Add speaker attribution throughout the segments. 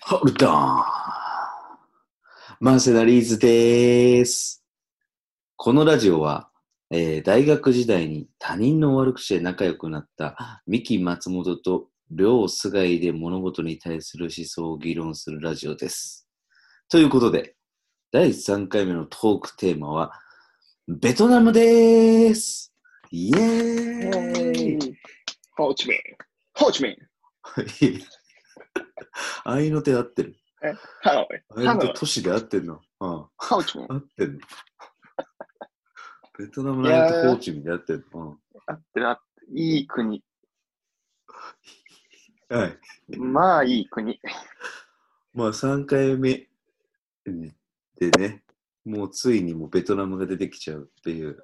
Speaker 1: ホルドンマーセナリーズでーすこのラジオは、えー大学時代に他人の悪口で仲良くなった三木松本と両菅井で物事に対する思想を議論するラジオです。ということで、第3回目のトークテーマは、ベトナムでーすイエーイ
Speaker 2: ホーチミン。ホーチミン。
Speaker 1: 合いの手合ってる。
Speaker 2: ハノ
Speaker 1: 合
Speaker 2: イ。
Speaker 1: い
Speaker 2: ハノ
Speaker 1: の手
Speaker 2: イ。
Speaker 1: 都市で合ってるの。うん
Speaker 2: ホーチミン。
Speaker 1: 合ってんの ベトナムのや
Speaker 2: い
Speaker 1: つ
Speaker 2: や
Speaker 1: と
Speaker 2: ー
Speaker 1: ホーチミンで合ってんの、
Speaker 2: あってるあってるいい国。
Speaker 1: うん、はい。
Speaker 2: まあいい国。
Speaker 1: まあ3回目でね、もうついにもうベトナムが出てきちゃうっていう。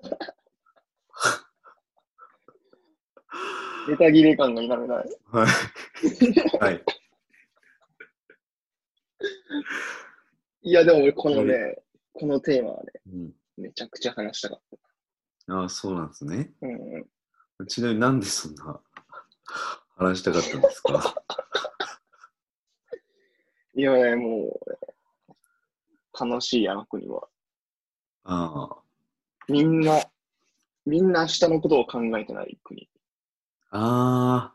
Speaker 2: ネタ切れ感が否めない。
Speaker 1: はい。はい。
Speaker 2: いや、でも俺このね、このテーマはね、
Speaker 1: うん、
Speaker 2: めちゃくちゃ話したかっ
Speaker 1: ああ、そうなんですね。
Speaker 2: た。うんうん。
Speaker 1: ちなみになんでそんな 話したかったんですか
Speaker 2: いやね、もう、楽しいあの国は。
Speaker 1: ああ。
Speaker 2: みんな、みんな明日のことを考えてない国。
Speaker 1: ああ。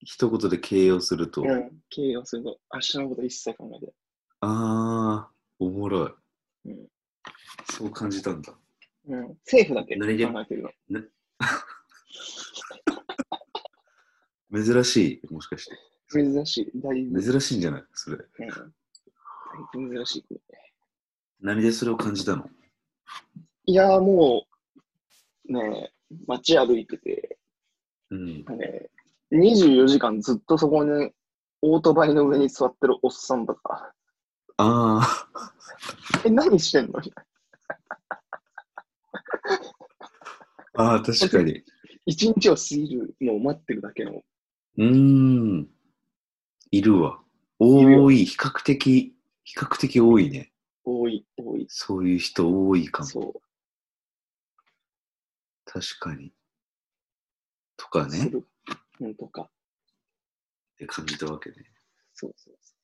Speaker 1: 一言で形容すると。
Speaker 2: うん。経営をすると、明日のこと一切考えてない。
Speaker 1: ああ、おもろい。
Speaker 2: うん
Speaker 1: そう感じたんだ。
Speaker 2: うん、政府だけ考
Speaker 1: 何でも
Speaker 2: えてるの。
Speaker 1: 珍しい、もしかして。
Speaker 2: 珍しい。だいぶ、
Speaker 1: 珍しいんじゃないそれ。
Speaker 2: うん、だいぶ珍しい国。
Speaker 1: 何でそれを感じたの
Speaker 2: いやーもう、ねえ、街歩いてて、
Speaker 1: うん。
Speaker 2: ねえ、24時間ずっとそこに、オートバイの上に座ってるおっさんとか、
Speaker 1: あ
Speaker 2: え、何してんの みたい
Speaker 1: あ、 ああ、確かに。
Speaker 2: な一日を過ぎるのを待ってるだけの、
Speaker 1: うーん。いるわ。多い、比較的、比較的多いね。
Speaker 2: 多い、多い。
Speaker 1: そういう人多いかも。
Speaker 2: そ
Speaker 1: 確かに。とか
Speaker 2: う、
Speaker 1: ね
Speaker 2: す、る。うん、とか。
Speaker 1: って感じたわけね。
Speaker 2: そうそうそ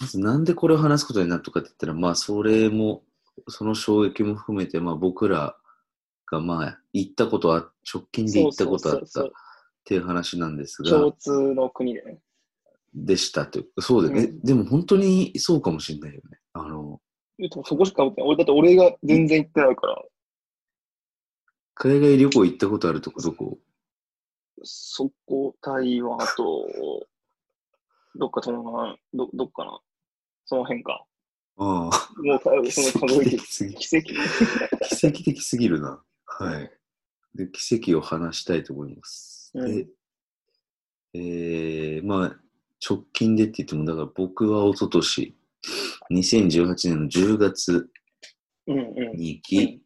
Speaker 1: まずなんでこれを話すことになったかって言ったら、まあそれも、その衝撃も含めて、まあ僕らがまあ行ったことは、直近
Speaker 2: う。
Speaker 1: で行ったことあっ
Speaker 2: そ
Speaker 1: たっ
Speaker 2: う
Speaker 1: ていう話なんで
Speaker 2: そ
Speaker 1: す
Speaker 2: う
Speaker 1: が、
Speaker 2: そう共通の国でね。
Speaker 1: でしたという。そうだよね、
Speaker 2: うん
Speaker 1: えでも本当にそうかもしれないよね。あの、
Speaker 2: でもそこしか被ってない。俺、だって俺が全然行ってないから、
Speaker 1: 海外旅行行ったことあるとこどこ
Speaker 2: そこ、台湾と、どっかその辺、ど、どっかな。その辺か。
Speaker 1: ああ、
Speaker 2: もう多分
Speaker 1: 奇
Speaker 2: その
Speaker 1: 跡
Speaker 2: 数えて
Speaker 1: 的すぎ、
Speaker 2: 奇跡。
Speaker 1: 奇跡的すぎるな。はい。で奇跡を話したいと思います。
Speaker 2: うん
Speaker 1: で、えー、まあ、直近でって言っても、だから僕は一昨年、2018年の10月
Speaker 2: うんう
Speaker 1: に行き、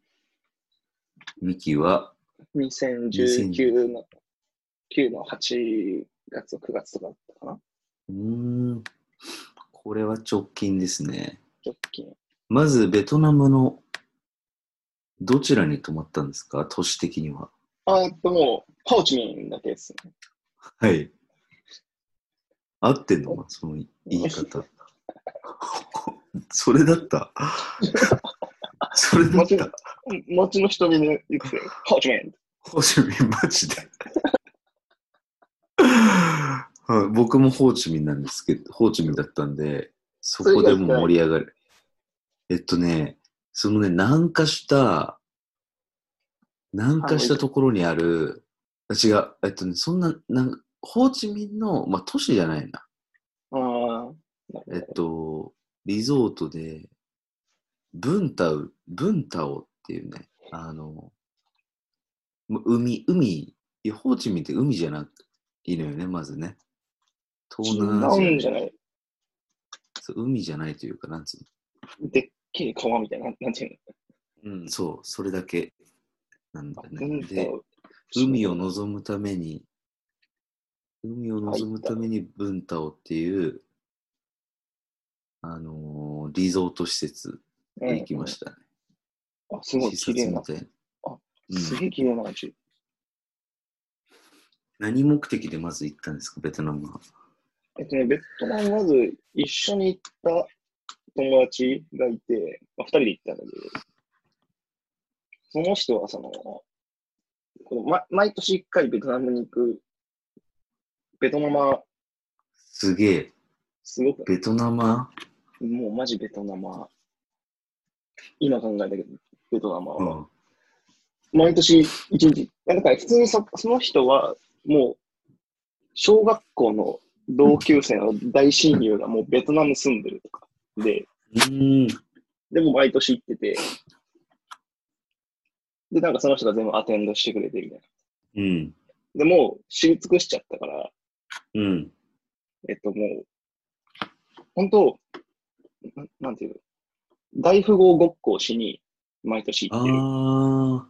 Speaker 1: ミキは、
Speaker 2: ん。2019の、9の8月と9月とかだったかな
Speaker 1: うーん、これは直近ですね。
Speaker 2: 直近。
Speaker 1: まず、ベトナムのどちらに泊まったんですか都市的には。
Speaker 2: あ、えっともう、ホーチミンだけですね。
Speaker 1: はい。合ってんのかなその言い 方。それだった。それだっ
Speaker 2: 街
Speaker 1: た
Speaker 2: の。街の人みんな言ってたよホーチミン
Speaker 1: ホーチミン、マジで。はい僕もホーチミンなんですけど、ホーチミンだったんで、そこでも盛り上がる。えっとね、そのね、南下した、南下したところにある、あ違う、えっとね、そんな、なんホーチミンの、まあ、都市じゃないな。
Speaker 2: ああ、なるほど
Speaker 1: えっと、リゾートで、ブンタウ、ブンタオっていうね、あの、む海、海、いやホーチミンって海じゃないのよね、まずね。東南アジ
Speaker 2: な
Speaker 1: ア
Speaker 2: んじゃない
Speaker 1: そう海じゃないというか、なんつう
Speaker 2: でっけえ川みたいな、なんなんていう
Speaker 1: の。うん、そう、それだけなんだ
Speaker 2: の
Speaker 1: よ
Speaker 2: あ全
Speaker 1: ね。で
Speaker 2: 然、
Speaker 1: 海を望むために、海を望むためにブンタオっていう、あのーリゾート施設
Speaker 2: うん
Speaker 1: に行きましたね。
Speaker 2: あ、すごい
Speaker 1: 視
Speaker 2: 綺麗
Speaker 1: 察
Speaker 2: な
Speaker 1: み。たいな
Speaker 2: あ
Speaker 1: うん
Speaker 2: すげえ綺麗な街。
Speaker 1: 何目的でまず行ったんですか、ベトナムは。
Speaker 2: えっとね、ベトナムまず一緒に行った友達がいて、まあ、二人で行ったんだけど、その人はその、このま、毎年一回ベトナムに行く、ベトナマー
Speaker 1: すげえ。
Speaker 2: すごく
Speaker 1: ベトナマ
Speaker 2: もうマジベトナマー。今考えたけど、ベトナマー
Speaker 1: う
Speaker 2: は。
Speaker 1: ん。
Speaker 2: 毎年一日。だから普通にそその人は、もう、小学校の同級生の大親友がもうベトナム住んでるとか。で、
Speaker 1: うん。
Speaker 2: でも毎年行ってて。で、なんかその人が全部アテンドしてくれてみたい
Speaker 1: うん。
Speaker 2: な。で、もう知り尽くしちゃったから、
Speaker 1: うん。
Speaker 2: えっともう、本当ななんていうの、大富豪ごっこをしに、毎年行ってる。
Speaker 1: ああ。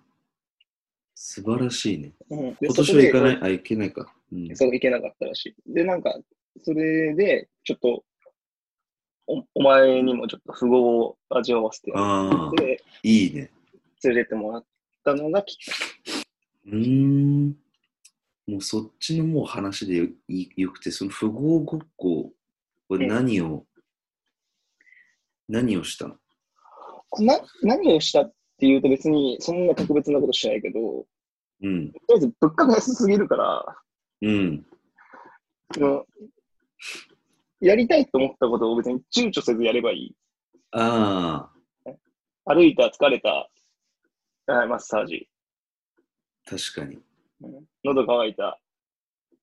Speaker 1: 素晴らしいね。
Speaker 2: うん、で
Speaker 1: 今年は行かな
Speaker 2: そ
Speaker 1: い。あ、行けないか。うん
Speaker 2: こで。そう、行けなかったらしい。で、なんか、それで、ちょっと、おお前にもちょっと富豪を味わわせてや
Speaker 1: あ
Speaker 2: っ
Speaker 1: あ。
Speaker 2: て、
Speaker 1: いいね。
Speaker 2: 連れてってもらったのがきっ
Speaker 1: うーん。もうそっちのもう話でよいよくて、その富豪ごっこは何を、何をしたの
Speaker 2: かな何をしたっていうと別にそんな特別なことしないけど、と
Speaker 1: うん。
Speaker 2: りあえず物価が安すぎるから、
Speaker 1: うん。
Speaker 2: そのやりたいと思ったことを別に躊躇せずやればいい。
Speaker 1: ああ。
Speaker 2: 歩いた、疲れた、あマッサージ、
Speaker 1: 確かに。
Speaker 2: うん喉乾いた、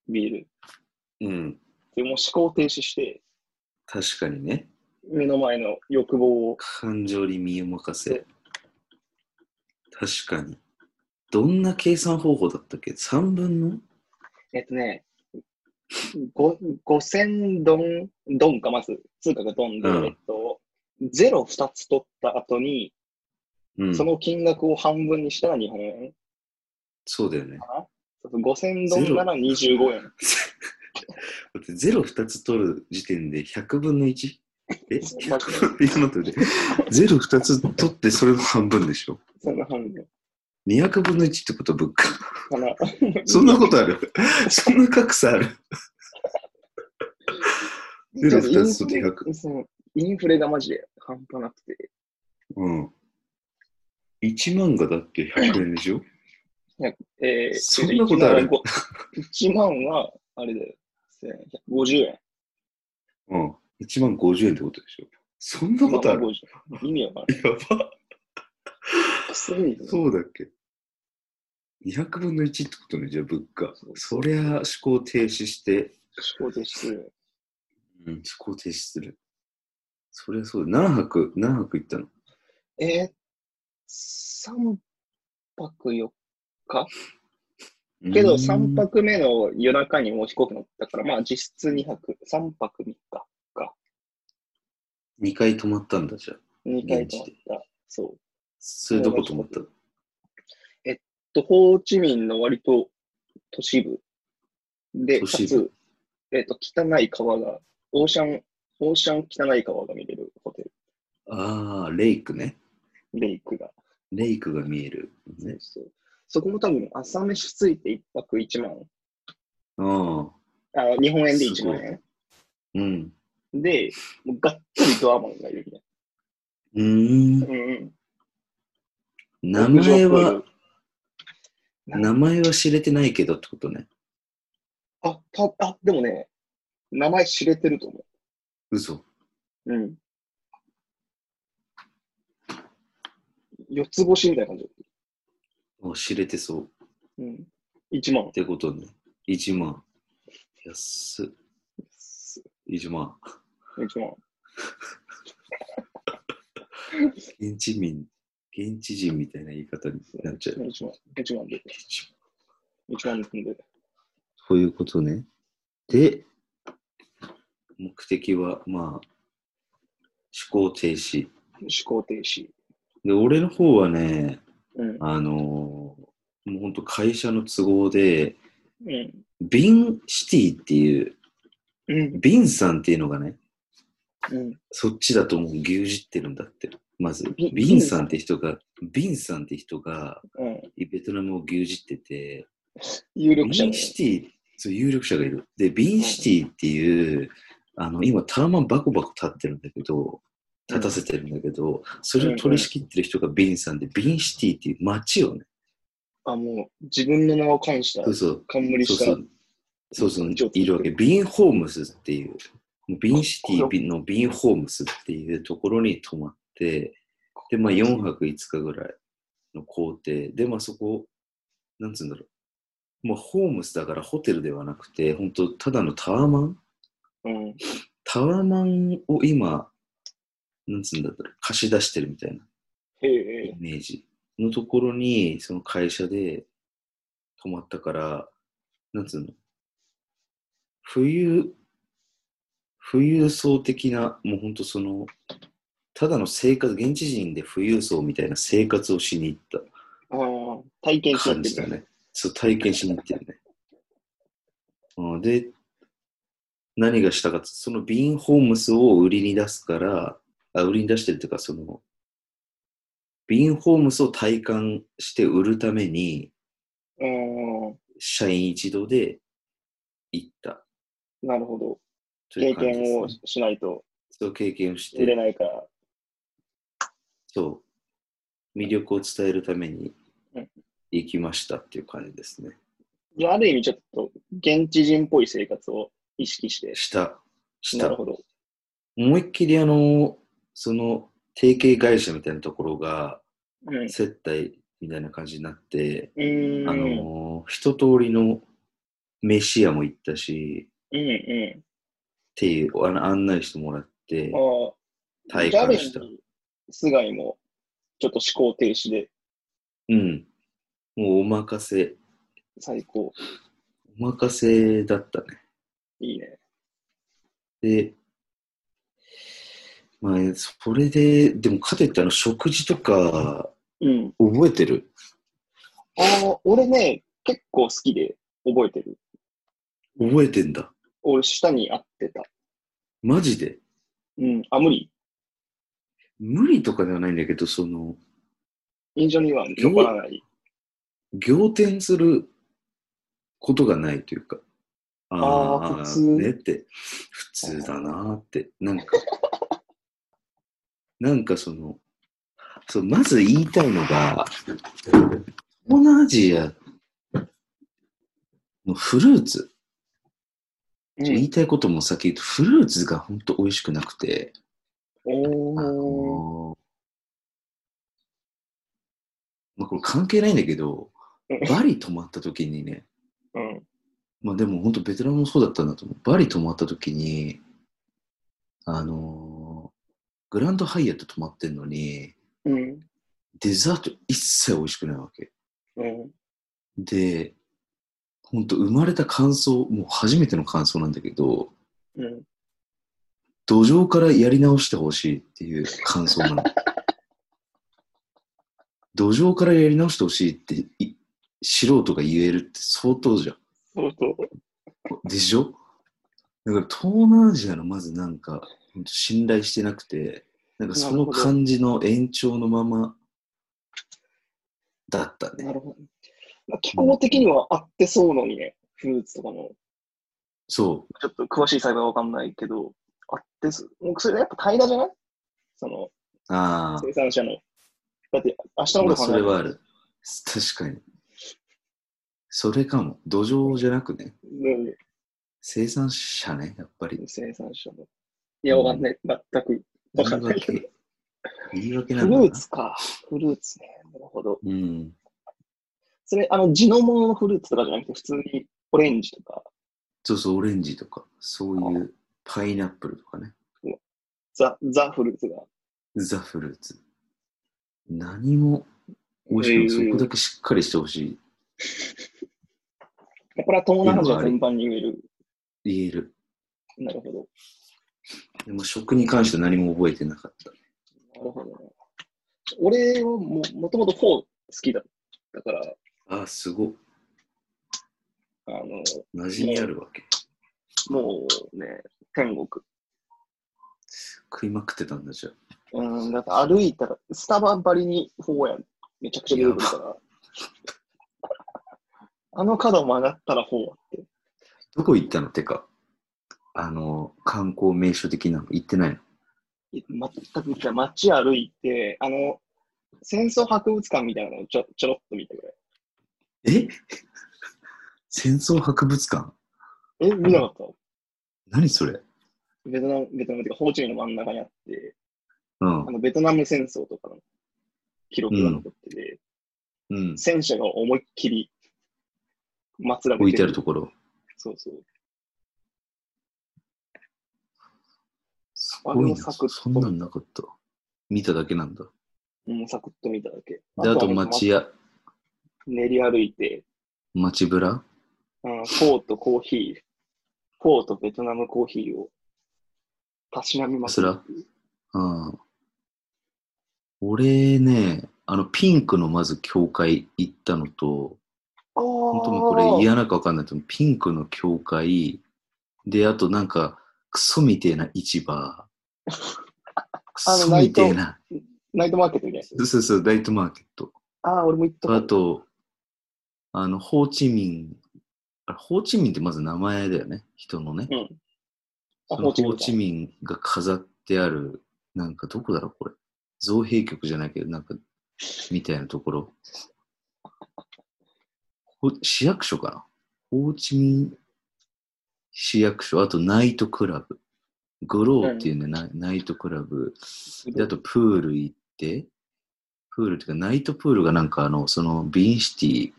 Speaker 2: ビール。
Speaker 1: うん。
Speaker 2: でもう思考停止して、
Speaker 1: 確かにね。
Speaker 2: 目の前の欲望を、
Speaker 1: 感情に身を任せ。確かに。どんな計算方法だったっけ ?3 分の
Speaker 2: えっとね、ご5000ドン、ドンかまず、通貨がドンで、
Speaker 1: うん
Speaker 2: えっと、ゼロ2つ取った後に、
Speaker 1: うん。
Speaker 2: その金額を半分にしたら日本円。
Speaker 1: そうだよね。
Speaker 2: そうそう5000ドンなら25円。
Speaker 1: だってゼロ2つ取る時点で100分の 1? え
Speaker 2: そ
Speaker 1: ?100
Speaker 2: うだから
Speaker 1: 分の1ゼロ2つ取ってそれの半分でしょ
Speaker 2: そんな半分。
Speaker 1: ?200 分の1ってことは 物価。
Speaker 2: かな。
Speaker 1: そんなことあるそんな格差あるゼロ二つと
Speaker 2: インフレ
Speaker 1: 200
Speaker 2: そうインフレがマジで半端なくて、
Speaker 1: うん。1万がだって100円でしょ
Speaker 2: えー、
Speaker 1: そんなことある
Speaker 2: ?1 万は、あれだよ、1150円。
Speaker 1: うん。1万50円ってことでしょそんなことある
Speaker 2: 150円意味わかんない。
Speaker 1: やば。
Speaker 2: くせに
Speaker 1: そうだっけ ?200 分の1ってことね、じゃあ物価
Speaker 2: そ。う
Speaker 1: そりゃ思考停止して、
Speaker 2: 思考停止する。
Speaker 1: うん、思考停止する。そりゃそうだ。何泊、何泊行ったの
Speaker 2: えー、3泊4日け
Speaker 1: う
Speaker 2: ど
Speaker 1: ーん
Speaker 2: 3泊目の夜中にもう飛行機乗ったから、まあ実質2泊、3泊3日、
Speaker 1: 二回泊まったんだ、じゃあ。
Speaker 2: 2回泊まった。そう。
Speaker 1: それどこ泊まったの
Speaker 2: と、ホーチミンの割と都市部で、
Speaker 1: 都
Speaker 2: か
Speaker 1: 市部
Speaker 2: つ、えっ、と、汚い川が、オーシャン、オーシャン汚い川が見れるホテル、
Speaker 1: ああ、レイクね。
Speaker 2: レイクが。
Speaker 1: レイクが見える。ね、
Speaker 2: そうそこも多分、朝飯ついて1泊1万
Speaker 1: ああ、
Speaker 2: あ、日本円で1万円。
Speaker 1: うん。
Speaker 2: で、もうがっつりドアマンがいるみたいう
Speaker 1: ーん。
Speaker 2: な。うんうん、
Speaker 1: 名前は、
Speaker 2: 屋上っぽい
Speaker 1: 名前は知れてないけどってことね。
Speaker 2: あ、た、あ、でもね、名前知れてると思
Speaker 1: 嘘。
Speaker 2: う。うん。四つ星みたいな感じ。
Speaker 1: あ知れてそう。
Speaker 2: うん。1万
Speaker 1: っ。てことね。1万。安っ。1万。
Speaker 2: 一万。
Speaker 1: 現地民、現地人みたいな言い方になっちゃう。
Speaker 2: 一万。一万で。一万で。
Speaker 1: そういうことね。で、目的は、まあ、思考停止。
Speaker 2: 思考停止。
Speaker 1: で、俺の方はね、
Speaker 2: うん。
Speaker 1: あのーもう本当会社の都合で、
Speaker 2: うん。
Speaker 1: ビンシティっていう、
Speaker 2: うん。
Speaker 1: ビンさんっていうのがね、
Speaker 2: うん。
Speaker 1: そっちだともう牛耳ってるんだって。まず、
Speaker 2: ビ
Speaker 1: ビンさんって人が、ビンさんって人が、
Speaker 2: うん。
Speaker 1: ベトナムを牛耳ってて、
Speaker 2: 有
Speaker 1: ビ
Speaker 2: 力者だ
Speaker 1: ン
Speaker 2: ね。
Speaker 1: シティ、そう有力者がいる。で、ビンシティっていう、あの、今、タワマンバコバコ立ってるんだけど、立たせてるんだけど、それを取り仕切ってる人がビンさんで、ビンシティっていう街をね、
Speaker 2: あ、もう自分の名を冠した
Speaker 1: そう、そう、
Speaker 2: 冠
Speaker 1: そう
Speaker 2: し
Speaker 1: そ
Speaker 2: た。
Speaker 1: う、そうそう
Speaker 2: ちょっと
Speaker 1: いるわけ。ビンホームスっていう、ビンシティのビンホームスっていうところに泊まって、で、まあ4泊5日ぐらいの行程。で、まあそこ、なんつうんだろう。まあホームスだからホテルではなくて、本当ただのタワマン
Speaker 2: うん。
Speaker 1: タワマンを今、なんつうんだろう、貸し出してるみたいな
Speaker 2: へえ
Speaker 1: イ。メージのところに、その会社で泊まったから、なんつうの、富裕、富裕層的な、もう本当その、ただの生活、現地人で富裕層みたいな生活をしに行っ
Speaker 2: ああ、体験
Speaker 1: た
Speaker 2: し
Speaker 1: 感じ
Speaker 2: て
Speaker 1: だ
Speaker 2: る。
Speaker 1: ね。そう、体験しに行ったよね。うんで、何がしたかって、そのビーンホームスを売りに出すから、あ売りに出してるというか、その、ビーンホームスを体感して売るために、
Speaker 2: ああ、
Speaker 1: 社員一同で行った
Speaker 2: なるほど。
Speaker 1: とい
Speaker 2: 経
Speaker 1: う感じです、
Speaker 2: 験を
Speaker 1: ね。
Speaker 2: しないと
Speaker 1: そう、経験をし
Speaker 2: 売れ
Speaker 1: て、
Speaker 2: ないから。
Speaker 1: そう、魅力を伝えるために
Speaker 2: うん
Speaker 1: 行きましたっていう感じですね。
Speaker 2: じゃあ、ある意味ちょっと現地人っぽい生活を意識して。
Speaker 1: した、し
Speaker 2: な
Speaker 1: た
Speaker 2: る。ほど。
Speaker 1: 思いっきりあの、その、提携会社みたいなところが、
Speaker 2: うん。う
Speaker 1: 接待みたいな感じになって、
Speaker 2: ーん。
Speaker 1: あの、一通りの飯屋も行ったし、
Speaker 2: うんう
Speaker 1: っていう、あの案内してもらって
Speaker 2: ん。、ああ、
Speaker 1: 体
Speaker 2: じゃあある意
Speaker 1: 感した。
Speaker 2: 味、菅井もちょっと思考停止で
Speaker 1: うん。もうお任せ、
Speaker 2: 最高。
Speaker 1: お任せだったね。
Speaker 2: いいね。
Speaker 1: で、まあ、それで、でもかといってあの、食事とか、
Speaker 2: うん。
Speaker 1: 覚えてる
Speaker 2: あの、俺ね、結構好きで覚えてる。
Speaker 1: 覚えてんだ。
Speaker 2: 俺、下に合ってた。
Speaker 1: マジで。
Speaker 2: うん。あ、無理。
Speaker 1: 無理とかではないんだけど、その、
Speaker 2: 印象には残らない。
Speaker 1: 仰天することがないというか、
Speaker 2: あー普通
Speaker 1: ねって、普通だなって、なんか、 なんかその、そうまず言いたいのが、東南アジアのフルーツ、
Speaker 2: う
Speaker 1: 言
Speaker 2: ん
Speaker 1: い。たいことも先言うと、フルーツが本当美味しくなくて、あ
Speaker 2: おー。
Speaker 1: のまあ、これ関係ないんだけど
Speaker 2: うん、
Speaker 1: バリ泊まった時にね、
Speaker 2: うん。
Speaker 1: まあでも本当ベトナムもそうだったんだと思う。バリ泊まった時に、あのーグランドハイアット泊まってんのに、
Speaker 2: うん。
Speaker 1: デザート一切美味しくないわけ。
Speaker 2: うん。
Speaker 1: で、本当生まれた感想、もう初めての感想なんだけど、
Speaker 2: うん。
Speaker 1: 土壌からやり直してほしいっていう感想なの。土壌からやり直してほしいってい素人が言えるって相当じゃん。
Speaker 2: そうそう。
Speaker 1: でしょだから東南アジアのまずなんかほんと信頼してなくてなんかそ
Speaker 2: なる
Speaker 1: の
Speaker 2: ほど
Speaker 1: 感じの延長のままだったね
Speaker 2: なるほど。まあ気候的には合ってそうのにね、フルーツとかも。
Speaker 1: そう
Speaker 2: ちょっと詳しい栽培はわかんないけど、あってす、もうそれやっぱ平らじゃないその
Speaker 1: あ
Speaker 2: 生産者の。だって明日
Speaker 1: あ、
Speaker 2: の
Speaker 1: ま
Speaker 2: こ
Speaker 1: あ、
Speaker 2: と考
Speaker 1: そ
Speaker 2: え
Speaker 1: れ
Speaker 2: ると
Speaker 1: はある確かにそれかも土壌じゃなくね生産者ねやっぱ
Speaker 2: う
Speaker 1: り
Speaker 2: ん生産者の。いや、わかんない。全くわかんないけど。
Speaker 1: 言い訳な
Speaker 2: フ
Speaker 1: ん
Speaker 2: ル
Speaker 1: だ
Speaker 2: ー
Speaker 1: な
Speaker 2: ツか。フルーツね。なるほど。
Speaker 1: うん
Speaker 2: それ、あの、地のもののフルーツとかじゃなくて、普通にオレンジとか、
Speaker 1: そうそうオレンジとかそういうパイナップルとかね
Speaker 2: ザ、ザフルーツが。
Speaker 1: ザ・フルーツ。何も美味しくない。そこだけしっかりしてほし
Speaker 2: これは東南アジア全般に言える。
Speaker 1: い。言える。
Speaker 2: なるほど。
Speaker 1: でも食に関しては何も覚えてなかった。
Speaker 2: なるほどね。俺はも、もともとフォー好きだったから、
Speaker 1: ああ、すごい。
Speaker 2: あの、
Speaker 1: 馴染みあるわけ。
Speaker 2: もうね、天国。
Speaker 1: 食いまくってたんだじゃあ。
Speaker 2: うん、だって歩いたら、スタバばりにフォーやん。めちゃくちゃ 出てくるから。あの角曲がったらフォーって。
Speaker 1: どこ行ったのてか、あの、観光名所的なの行ってないの
Speaker 2: 全くじゃ街歩いて、あの、戦争博物館みたいなのをちょちょろっと見たぐらい。
Speaker 1: え 戦争博物館
Speaker 2: え、見なかった
Speaker 1: 何それ
Speaker 2: ベトナム、ベトナムっていうか、ホーチミンの真ん中にあって、
Speaker 1: うん
Speaker 2: あ。の、ベトナム戦争とかの記録が残ってて、
Speaker 1: うん。
Speaker 2: 戦車が思いっきり、松られ
Speaker 1: 置いてあるところ。
Speaker 2: そうそう。
Speaker 1: すごい
Speaker 2: あれ
Speaker 1: な。
Speaker 2: をサクッと
Speaker 1: そんなんなかった。見ただけなんだ。
Speaker 2: もうんサクッと見ただけ。
Speaker 1: で、あと
Speaker 2: は
Speaker 1: 街や、
Speaker 2: 練り歩いて、
Speaker 1: 街ぶら
Speaker 2: うん、フォーとコーヒー、フォーとベトナムコーヒーを、たしなみます
Speaker 1: すらうん。俺ね、あの、ピンクのまず教会行ったのと、
Speaker 2: ああ、
Speaker 1: 本
Speaker 2: 本
Speaker 1: 当もうこれ嫌なのかわかんないけど、ピンクの教会、で、あとなんか、クソみてえな市場、クソみてえな、
Speaker 2: ナイトマーケットみたいなやつ。
Speaker 1: そうそう、ナイトマーケット。
Speaker 2: ああ、俺も行った
Speaker 1: あと、あの、ホーチミン、あれホーチミンってまず名前だよね、人のね。
Speaker 2: うん。あ、
Speaker 1: そ
Speaker 2: ホー
Speaker 1: の
Speaker 2: チミ
Speaker 1: ホ
Speaker 2: ン
Speaker 1: ーチミンが飾ってある、なんかどこだろう、これ。造幣局じゃないけど、なんか、みたいなところ。ほ市役所かなホーチミン市役所、あとナイトクラブ。グローっていうね、ナナイトクラブ。で、あとプール行って、プールっていうか、ナイトプールがなんかあの、そのビーンシティ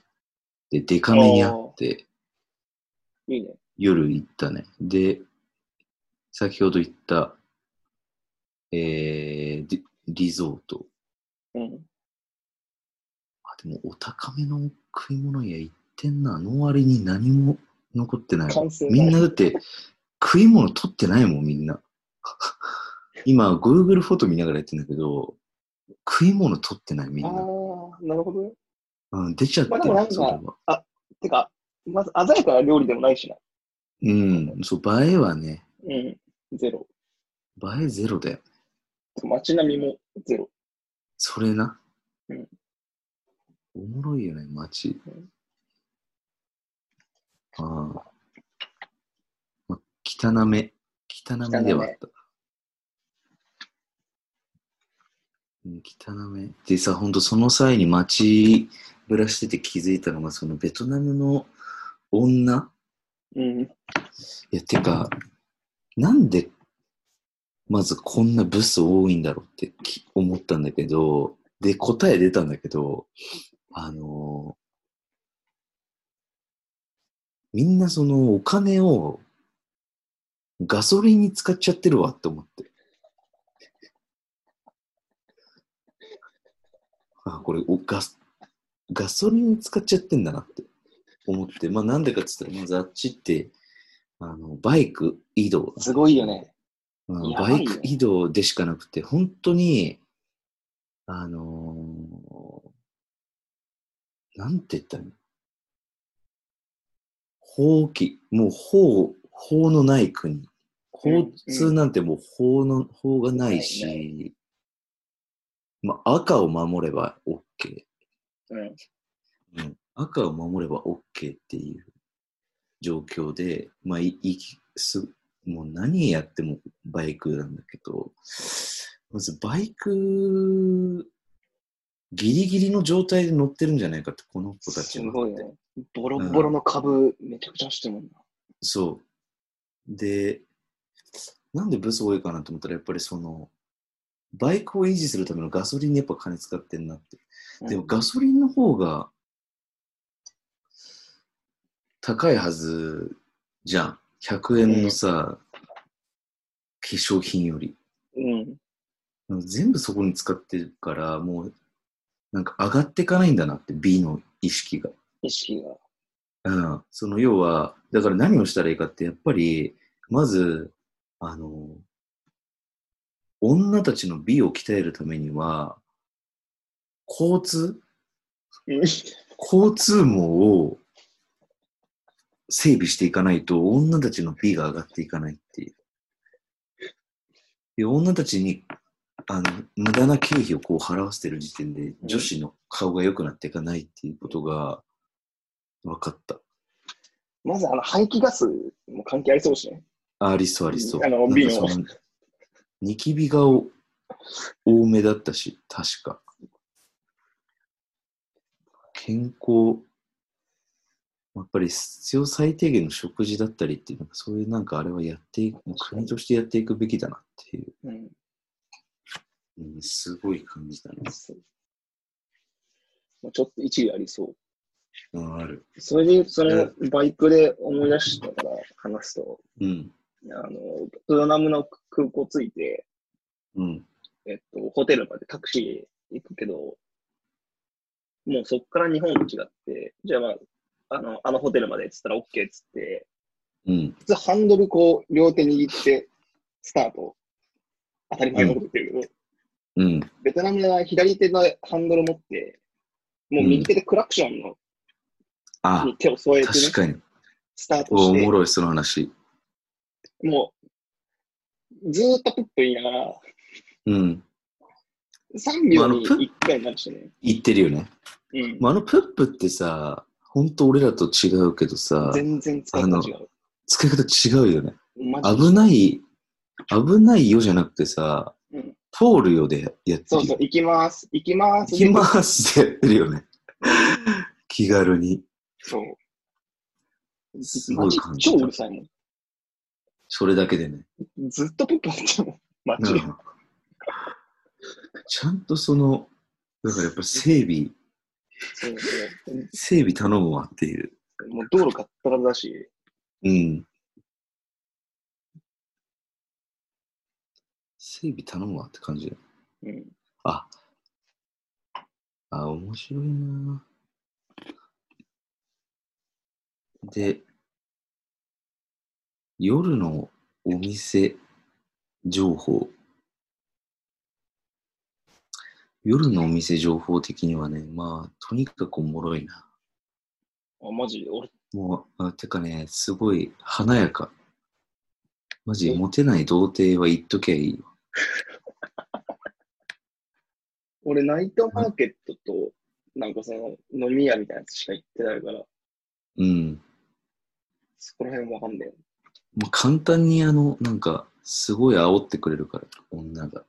Speaker 1: でデカめにあって、
Speaker 2: いいね。
Speaker 1: 夜行ったね。で、先ほど言った、えー、リリゾート。
Speaker 2: うん。
Speaker 1: あ、でもお高めの食い物屋行ってんな。の割に何も残ってない。
Speaker 2: 完成
Speaker 1: みんなだって食い物取ってないもん、みんな。 今、Google フォト見ながらやってんだけど、食い物取ってない、みん
Speaker 2: ああ
Speaker 1: な。、
Speaker 2: なるほどね。
Speaker 1: うん、出ちゃって
Speaker 2: まあでもなん
Speaker 1: る、
Speaker 2: か
Speaker 1: それは。
Speaker 2: てか、まず鮮やかな料理でもないしな。
Speaker 1: うん、そう、映えはね、
Speaker 2: うん。ゼロ。
Speaker 1: 映えゼロだよ。
Speaker 2: 街並みもゼロ。
Speaker 1: それな。
Speaker 2: うん
Speaker 1: おもろいよね、街
Speaker 2: うん。
Speaker 1: ああ。ま、汚め。汚めではあった。うん汚め。でさ、ほんとその際に街ぶらしてて気づいたのが、そのベトナムの女
Speaker 2: うん。
Speaker 1: いや、てか、なんで、まずこんなブス多いんだろうってき思ったんだけど、で、答え出たんだけど、あのーみんなそのお金をガソリンに使っちゃってるわって思って。あ、これおガス、ガソリンに使っちゃってんだなって思って、まあなんでかっつったら、まずあっちって、あの、バイク移動。
Speaker 2: すごいよね。
Speaker 1: うん
Speaker 2: やばい
Speaker 1: バ
Speaker 2: よ
Speaker 1: イク移動でしかなくて、本当に、あのーなんて言ったらいいの法規、もう法、法のない国。法通なんてもう法の、法がな
Speaker 2: な
Speaker 1: い
Speaker 2: い
Speaker 1: し、まあ、赤を守れば OK。
Speaker 2: うん。
Speaker 1: うん、赤を守れば OK っていう状況で、まあ、いいきすもう何やってもバイクなんだけど、まずバイク、ギリギリの状態で乗ってるんじゃないかって、この子た
Speaker 2: す
Speaker 1: ちは。
Speaker 2: ごいね。ボロッボロの株、めちゃくちゃ走ってるもんな。
Speaker 1: そう。で、なんでブス多いかなと思ったら、やっぱりその、バイクを維持するためのガソリンにやっぱ金使ってんなって。でもガソリンの方が高いはずじゃん。100円のさ、化粧品より。
Speaker 2: うん。
Speaker 1: 全部そこに使ってるから、もう、なんか上がっていかないんだなって、美の意識が。
Speaker 2: 意識が。
Speaker 1: うん。その要は、だから何をしたらいいかって、やっぱり、まず、あの、女たちの美を鍛えるためには、交通
Speaker 2: うん
Speaker 1: 交通網を整備していかないと女たちの美が上がっていかないっていう。で女たちにあの無駄な経費をこう払わせてる時点で
Speaker 2: ん
Speaker 1: 女子の顔が良くなっていかないっていうことが分かった。
Speaker 2: まずあの排気ガスも関係ありそうですね。
Speaker 1: ありそうありそう。
Speaker 2: あの瓶を
Speaker 1: なんかそのニキビが多めだったし、確か。健康、やっぱり必要最低限の食事だったりっていう、なんかそういうなんかあれはやっていく、国としてやっていくべきだなっていう、
Speaker 2: うん。
Speaker 1: うん、すごい感じだね。
Speaker 2: まあちょっと一理ありそう。
Speaker 1: うん、ある。
Speaker 2: それで、それ、バイクで思い出したから話すと、
Speaker 1: うん、
Speaker 2: あの、ベトナムの空港着いて、
Speaker 1: うん、
Speaker 2: えっと、ホテルまでタクシーで行くけど、もうそっから日本と違って、じゃあまあ、あの、あのホテルまでっつったら OK っつって、
Speaker 1: うん。
Speaker 2: 普通ハンドルこう、両手握って、スタート。当たり前のこと言ってるけど、
Speaker 1: うん、
Speaker 2: ベトナムは左手のハンドル持って、もう右手でクラクションの、
Speaker 1: あ、
Speaker 2: に手を添えて、
Speaker 1: 確
Speaker 2: ね、
Speaker 1: かに。
Speaker 2: スタート
Speaker 1: おお
Speaker 2: し
Speaker 1: も
Speaker 2: て、
Speaker 1: ろい、その話。
Speaker 2: もう、ずーっとプップ言いながら、
Speaker 1: うん、
Speaker 2: 3秒
Speaker 1: まああの
Speaker 2: に
Speaker 1: プッ
Speaker 2: 1回になるしね。
Speaker 1: 言ってるよね。
Speaker 2: うん。
Speaker 1: まあ、あのプップってさ、ほんと俺らと違うけどさ、
Speaker 2: 全然使い方違う。
Speaker 1: 使い方違うよね。
Speaker 2: マジで
Speaker 1: 危ない、危ないよじゃなくてさ、
Speaker 2: うん
Speaker 1: 通るよでやって
Speaker 2: そう
Speaker 1: る
Speaker 2: そう
Speaker 1: よ。、
Speaker 2: 行きます、行きます。
Speaker 1: 行きますってやってるよね。 気軽に。
Speaker 2: そう。
Speaker 1: すご
Speaker 2: マ
Speaker 1: い
Speaker 2: ジ
Speaker 1: 感じ
Speaker 2: 超
Speaker 1: た
Speaker 2: うるさいも
Speaker 1: それだけでね。
Speaker 2: ん。ずっとプップやってたもん。マジで。
Speaker 1: うんちゃんとその、だからやっぱり整備、
Speaker 2: そうそう
Speaker 1: 整備頼むわっていう。
Speaker 2: もう道路かったらだし、
Speaker 1: うん。整備頼むわって感じだよ
Speaker 2: うん。
Speaker 1: あ、あ、面白いなぁで、夜のお店情報。夜のお店情報的にはね、まあ、とにかくおもろいな。
Speaker 2: あマジで、俺、
Speaker 1: もう、あてかね、すごい華やか。マジ、モテない童貞は言っときゃいいよ。
Speaker 2: 俺、ナイトマーケットと、なんかその、飲み屋みたいなやつしか行ってないから、
Speaker 1: うん。
Speaker 2: そこら辺わかんない。
Speaker 1: もう簡単にあの、なんか、すごい煽ってくれるから、女が。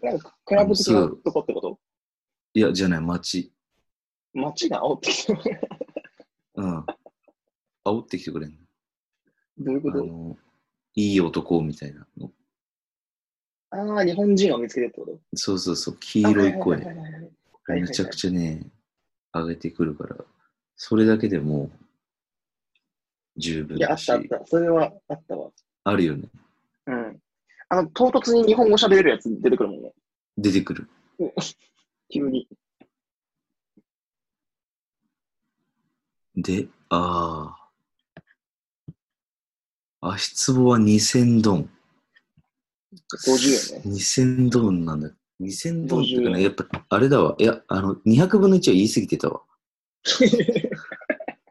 Speaker 2: なんか、クラブ的なとこってこと
Speaker 1: いや、じゃない、街。
Speaker 2: 街が煽ってきてる
Speaker 1: うん。煽ってきてくれん
Speaker 2: どういうこ
Speaker 1: の。あ
Speaker 2: と
Speaker 1: の、いい男みたいなの。
Speaker 2: ああ、日本人を見つけてってこと
Speaker 1: そうそうそう、黄色い
Speaker 2: あは
Speaker 1: 声。
Speaker 2: ははいはいはい
Speaker 1: めちゃくちゃね、上げてくるから、それだけでもう、十分
Speaker 2: いや、あ
Speaker 1: だ
Speaker 2: っ
Speaker 1: し。
Speaker 2: たあった。それはあったわ。
Speaker 1: あるよね。
Speaker 2: うん。あの、唐突に日本語喋れるやつ出てくるもんね。
Speaker 1: 出てくる。
Speaker 2: 急に。
Speaker 1: で、ああ。足つぼは2000ドン。
Speaker 2: 50円ね。
Speaker 1: 2000ドンなんだ。2000ドンっていうか
Speaker 2: 50
Speaker 1: ね、やっぱあれだわ。いや、あの、200分の1は言い過ぎてたわ。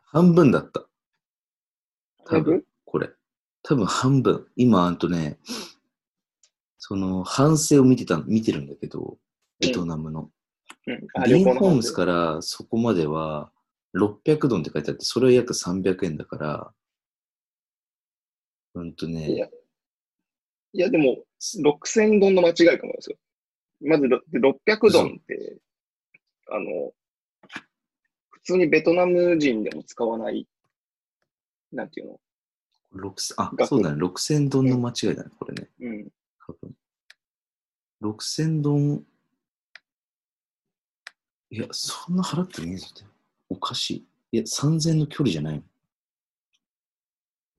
Speaker 1: 半分だった。 多分、これ。多分半分。今、あんとね、その、反省を見てた、見てるんだけど、ベトナムの。
Speaker 2: うん。あ、
Speaker 1: ビ
Speaker 2: 旅
Speaker 1: ーン
Speaker 2: 行
Speaker 1: ホー
Speaker 2: の
Speaker 1: ムズ
Speaker 2: 話。
Speaker 1: からそこまでは、600ドンって書いてあって、それは約300円だから、うんと
Speaker 2: いや
Speaker 1: ね、
Speaker 2: いや、でも、6000ドンの間違いかもですよ。まず、ろ600ドンって、あの、普通にベトナム人でも使わない、なんていうの
Speaker 1: 6000あ、
Speaker 2: 額
Speaker 1: そうだね、6000ドンの間違いだね、これね。
Speaker 2: うん。
Speaker 1: 多分。6000ドン。いや、そんな払ってねえぞって。おかしい。いや、3000の距離じゃないの。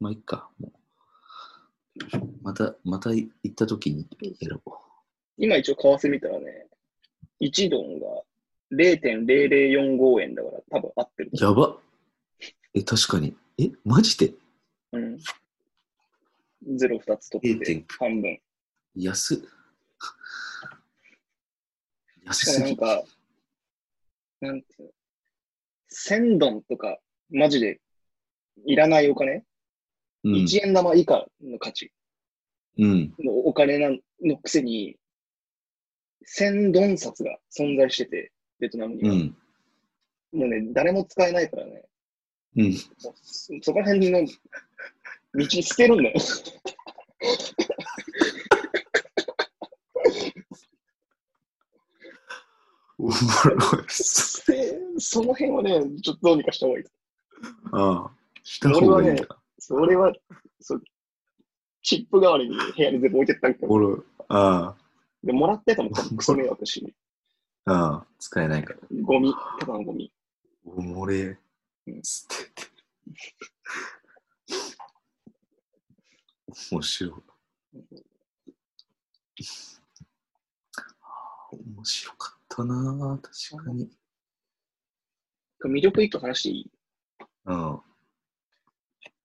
Speaker 1: まあ、いっか。もうまた、また行った時に選ぼ
Speaker 2: 今一応為替見たらね、1ドンが0.0045円だから多分合ってる
Speaker 1: う。。やばえ、確かに。え、マジで
Speaker 2: うん。ゼロ2つ取って
Speaker 1: 0.9、
Speaker 2: 半分。
Speaker 1: 安っ。安
Speaker 2: しかも
Speaker 1: す
Speaker 2: なん
Speaker 1: ぎ。
Speaker 2: か、なんていうの、1000ドンとか、マジで、いらないお金、
Speaker 1: うん。
Speaker 2: ?1 円玉以下の価値
Speaker 1: うん。
Speaker 2: のお金なのくせに、1000ドン札が存在してて、ベトナムに
Speaker 1: う
Speaker 2: は。
Speaker 1: ん。
Speaker 2: もうね、誰も使えないからね、
Speaker 1: うん。
Speaker 2: そそこら辺の道捨てるんだよ。
Speaker 1: おもろい。
Speaker 2: 捨て その辺はね、ちょっとどうにかした方がいい。
Speaker 1: ああ。した方がいいんだ。
Speaker 2: それは、そうチップ代わりに部屋に全部置いてったんだけ
Speaker 1: お
Speaker 2: ど
Speaker 1: もろい。あ
Speaker 2: で、もらってたもん、クソ迷惑だし、
Speaker 1: あ。ああ。使えないから。
Speaker 2: ゴミ、ただのゴミ。
Speaker 1: おもれ。捨てて。面白い。面白かったな確かに。
Speaker 2: 魅力一個話していい
Speaker 1: うん。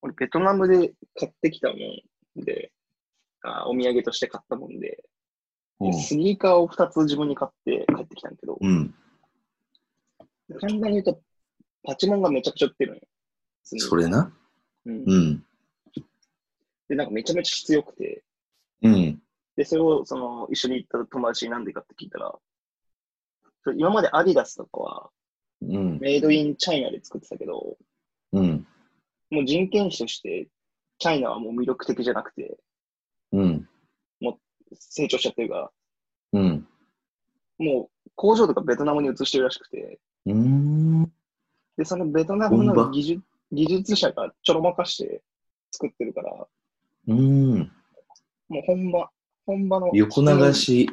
Speaker 2: 俺、ベトナムで買ってきたもんで、あお土産として買ったもんで、スニーカーを2つ自分に買って帰ってきたんだけど、
Speaker 1: うん。
Speaker 2: 簡単に言うと、パチモンがめちゃくちゃ売ってるのよ。スニーカ
Speaker 1: そ
Speaker 2: ー
Speaker 1: れな。
Speaker 2: うん
Speaker 1: うん。
Speaker 2: で、なんかめちゃめちゃ質良くて、
Speaker 1: うん。
Speaker 2: で、それをその一緒に行った友達になんでかって聞いたら、それ今までアディダスとかは
Speaker 1: うん。
Speaker 2: メイドインチャイナで作ってたけど、
Speaker 1: うん。
Speaker 2: もう人件費としてチャイナはもう魅力的じゃなくて
Speaker 1: うん。
Speaker 2: 成長しちゃってるから、
Speaker 1: うん。
Speaker 2: もう工場とかベトナムに移してるらしくて、
Speaker 1: うん。
Speaker 2: で、そのベトナム
Speaker 1: 本
Speaker 2: の
Speaker 1: 場
Speaker 2: 技術技術者がちょろまかして作ってるから、
Speaker 1: うん。
Speaker 2: もう本場、本場の。
Speaker 1: 横流。し、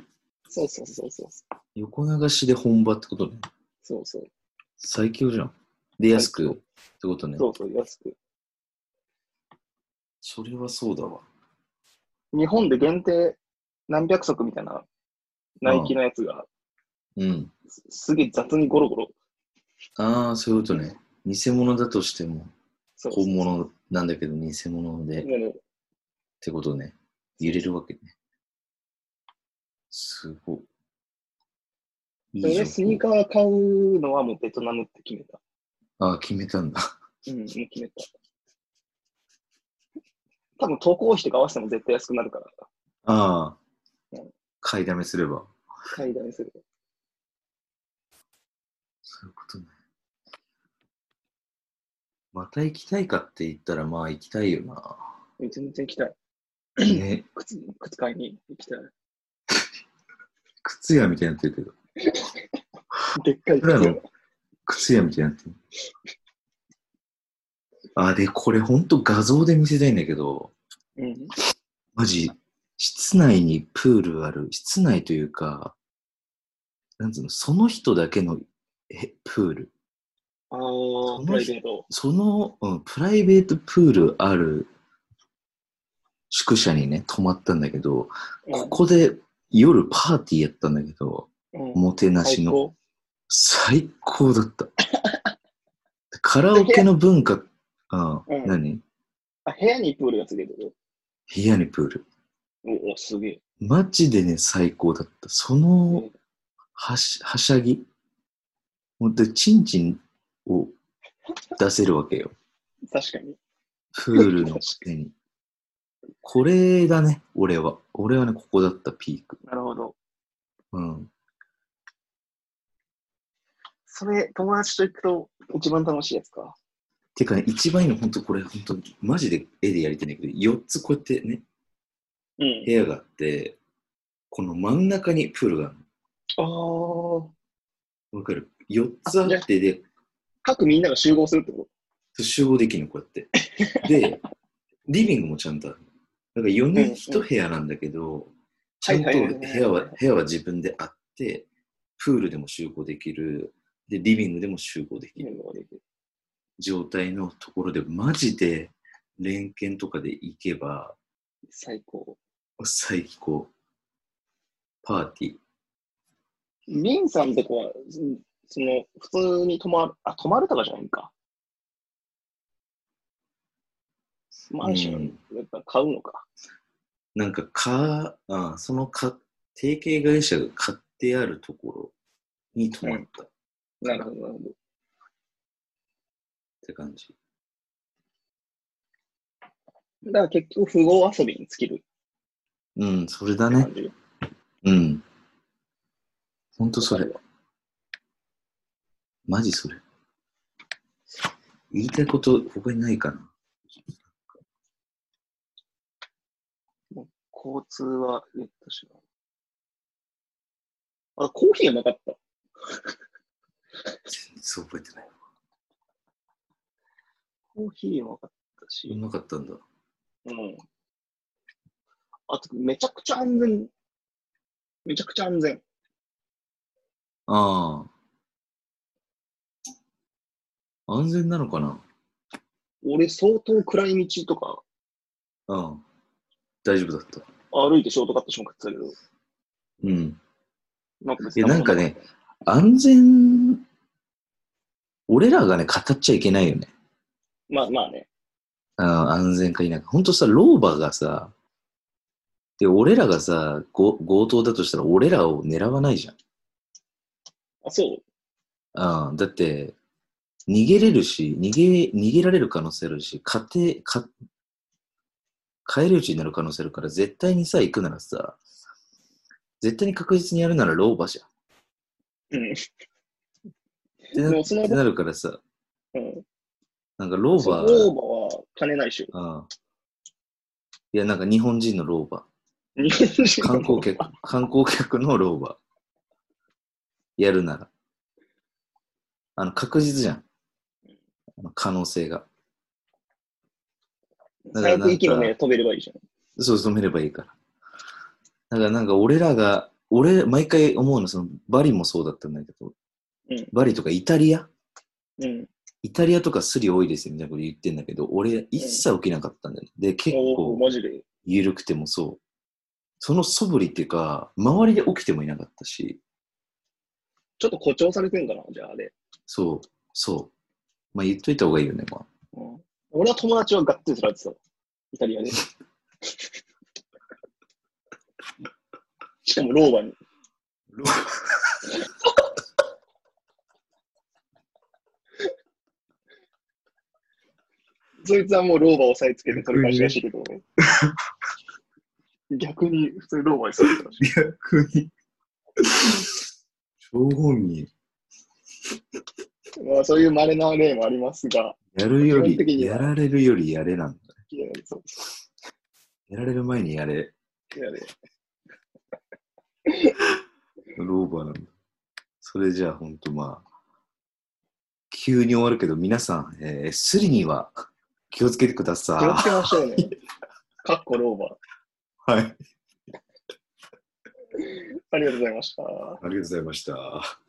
Speaker 2: そうそうそうそう。
Speaker 1: 横流しで本場ってことね。
Speaker 2: そうそう。
Speaker 1: 最強じゃん。で、安くってことね。
Speaker 2: そうそう、安く。
Speaker 1: それはそうだわ。
Speaker 2: 日本で限定何百足みたいなナイキのやつが、
Speaker 1: うん。
Speaker 2: すすげえ雑にゴロゴロ。
Speaker 1: ああ、そういうことね。偽物だとしても、
Speaker 2: そうそう
Speaker 1: 本物なんだけど、偽物でっ
Speaker 2: もうね
Speaker 1: てことね。揺れるわけね。すごい。い
Speaker 2: それ
Speaker 1: い
Speaker 2: でスニー
Speaker 1: じ
Speaker 2: カー買うのはもうベトナムって決めた。
Speaker 1: ゃん。ああ、決めたんだ。
Speaker 2: うん、もう決めた。多分投稿費とか合わせても絶対安くなるから、
Speaker 1: ああ
Speaker 2: うん。
Speaker 1: 買いだめすれば。
Speaker 2: 買いだめする。
Speaker 1: そういうことね。また行きたいかって言ったら、まあ行きたいよな。
Speaker 2: 全然行きたい。
Speaker 1: ね、
Speaker 2: 靴、靴買いに行きたい。
Speaker 1: 靴屋みたいになってるけど、
Speaker 2: でっかい
Speaker 1: プラ
Speaker 2: 靴。
Speaker 1: の靴屋みたいになってる。あ、で、これほんと画像で見せたいんだけど、
Speaker 2: うん。
Speaker 1: マジ、室内にプールある、室内というか、なんつうの、その人だけのえプール。
Speaker 2: あ
Speaker 1: そ
Speaker 2: あ、プ
Speaker 1: の人
Speaker 2: ライベート。
Speaker 1: その、うん、プライベートプールある宿舎にね、泊まったんだけど、ここで夜パーティーやったんだけど、
Speaker 2: うん、
Speaker 1: おもてなし
Speaker 2: 最
Speaker 1: の
Speaker 2: 高。
Speaker 1: 最高だった。カラオケの文化、あ
Speaker 2: うん
Speaker 1: 何
Speaker 2: あ、部屋にプールがついてる
Speaker 1: 部屋にプール。
Speaker 2: おお、すげえ。
Speaker 1: マジでね、最高だった。そのはし、はしゃぎ。ほんで、チンチンを出せるわけよ。
Speaker 2: 確かに。
Speaker 1: プールのくせに。これだね、俺は。俺はね、ここだった、ピーク。
Speaker 2: なるほど。
Speaker 1: うん。
Speaker 2: それ、友達と行くと一番楽しいやつか。
Speaker 1: てか、ね、一番いいの、本当これ、本当マジで絵でやりたいんだけど、4つこうやってね、
Speaker 2: うん
Speaker 1: 部。屋があって、この真ん中にプールがある
Speaker 2: ああ。
Speaker 1: の。わかる ?4 つあってで、
Speaker 2: 各みんなが集合するってこ
Speaker 1: 集合できるの、こうやって。で、リビングもちゃんとある。だから4人1部屋なんだけど、ちゃんと
Speaker 2: はい
Speaker 1: 部
Speaker 2: はいはいはい
Speaker 1: 屋は、部屋は自分であって、プールでも集合できる、で、リビングでも集合でき
Speaker 2: と
Speaker 1: る
Speaker 2: 見るのができる。
Speaker 1: 状態のところで、マジで連携とかで行けば
Speaker 2: 最高。
Speaker 1: 最高。パーティー。
Speaker 2: リンさんとこは、そその、普通に泊まる、あ、泊まるとかじゃないんか。マンション、やっぱ買うのか。
Speaker 1: なんか、か、あそのか、提携会社が買ってあるところに泊まったっ
Speaker 2: なるほど、なるほど。
Speaker 1: て感じ。
Speaker 2: だから結局、富豪遊びに尽きる
Speaker 1: うん、それだね
Speaker 2: 感。じ。
Speaker 1: うん。ほんとそれ。マジそれ。言いたいこと、他にないかな。
Speaker 2: 交通は言ったしな。あ、コーヒーがなかった。
Speaker 1: 全然覚えてない。
Speaker 2: コーヒーもなかったし。
Speaker 1: うまかったんだ。
Speaker 2: うん。あと、めちゃくちゃ安全。めちゃくちゃ安全。
Speaker 1: ああ。安全なのかな
Speaker 2: 俺、相当暗い道とか
Speaker 1: うん。大丈夫だった。
Speaker 2: 歩いてショートカットしまくってたけど、
Speaker 1: うん。
Speaker 2: なんか別
Speaker 1: いやなんかね、安全、俺らがね、語っちゃいけないよね。
Speaker 2: まあまあね。
Speaker 1: あ安全か否か。ほんとさ、老婆がさ、で、俺らがさ、ご強盗だとしたら俺らを狙わないじゃん。
Speaker 2: あ、そう。
Speaker 1: ああ、だって、逃げれるし、逃げ、逃げられる可能性あるし、家庭、か、帰り討ちになる可能性あるから、絶対にさ、行くならさ、絶対に確実にやるなら老婆じゃん。
Speaker 2: うん。
Speaker 1: ってな
Speaker 2: でもその
Speaker 1: ってなるからさ、
Speaker 2: うん。
Speaker 1: なんか老
Speaker 2: そう
Speaker 1: 婆、
Speaker 2: オーバーは金ないし。
Speaker 1: ああいや、なんか日本人の老婆。
Speaker 2: 日本人
Speaker 1: 観光 客、観光客の老婆。やるなら。あの、確実じゃん。あの可能性が。だからな
Speaker 2: 最
Speaker 1: ん
Speaker 2: 悪
Speaker 1: か
Speaker 2: 息のね、飛べればいいじゃん。
Speaker 1: そう、染めればいいから。だからなんか俺らが、俺、毎回思うの、そのバリもそうだったんだけど、
Speaker 2: うん
Speaker 1: バリとかイタリア
Speaker 2: うん。
Speaker 1: イタリアとかスリ多いですよみたいなこと言ってんだけど、俺一切起きなかったんだよね。で、結
Speaker 2: おお、
Speaker 1: 構
Speaker 2: マジで。
Speaker 1: 緩くてもそう。その素振りっていうか、周りで起きてもいなかったし、
Speaker 2: ちょっと誇張されてんかな、じゃああれ。
Speaker 1: そう、そう。まあ言っといた方がいいよね、まあ。
Speaker 2: うん、俺は友達はがっつり釣られてたわ。イタリアで。しかも老婆に。 そいつはもう老婆を押さえつけて取り返しらしいけど、逆に普通に老婆にされてたらしい。
Speaker 1: 逆 に。超本人。
Speaker 2: まあそういう稀な例もありますが、
Speaker 1: やるよ
Speaker 2: 基本的
Speaker 1: り、
Speaker 2: には
Speaker 1: やられるよりやれなんだ。
Speaker 2: いやそう
Speaker 1: やられる前にやれ。
Speaker 2: いやね
Speaker 1: ローバーなんだ。それじゃあ、ほんとまあ、急に終わるけど、皆さん、えースリには気をつけてくだ
Speaker 2: 気をつ
Speaker 1: さ
Speaker 2: けましょうね。かっこ老婆。
Speaker 1: い。はい。あり
Speaker 2: ありがとうございました。
Speaker 1: がとうございました。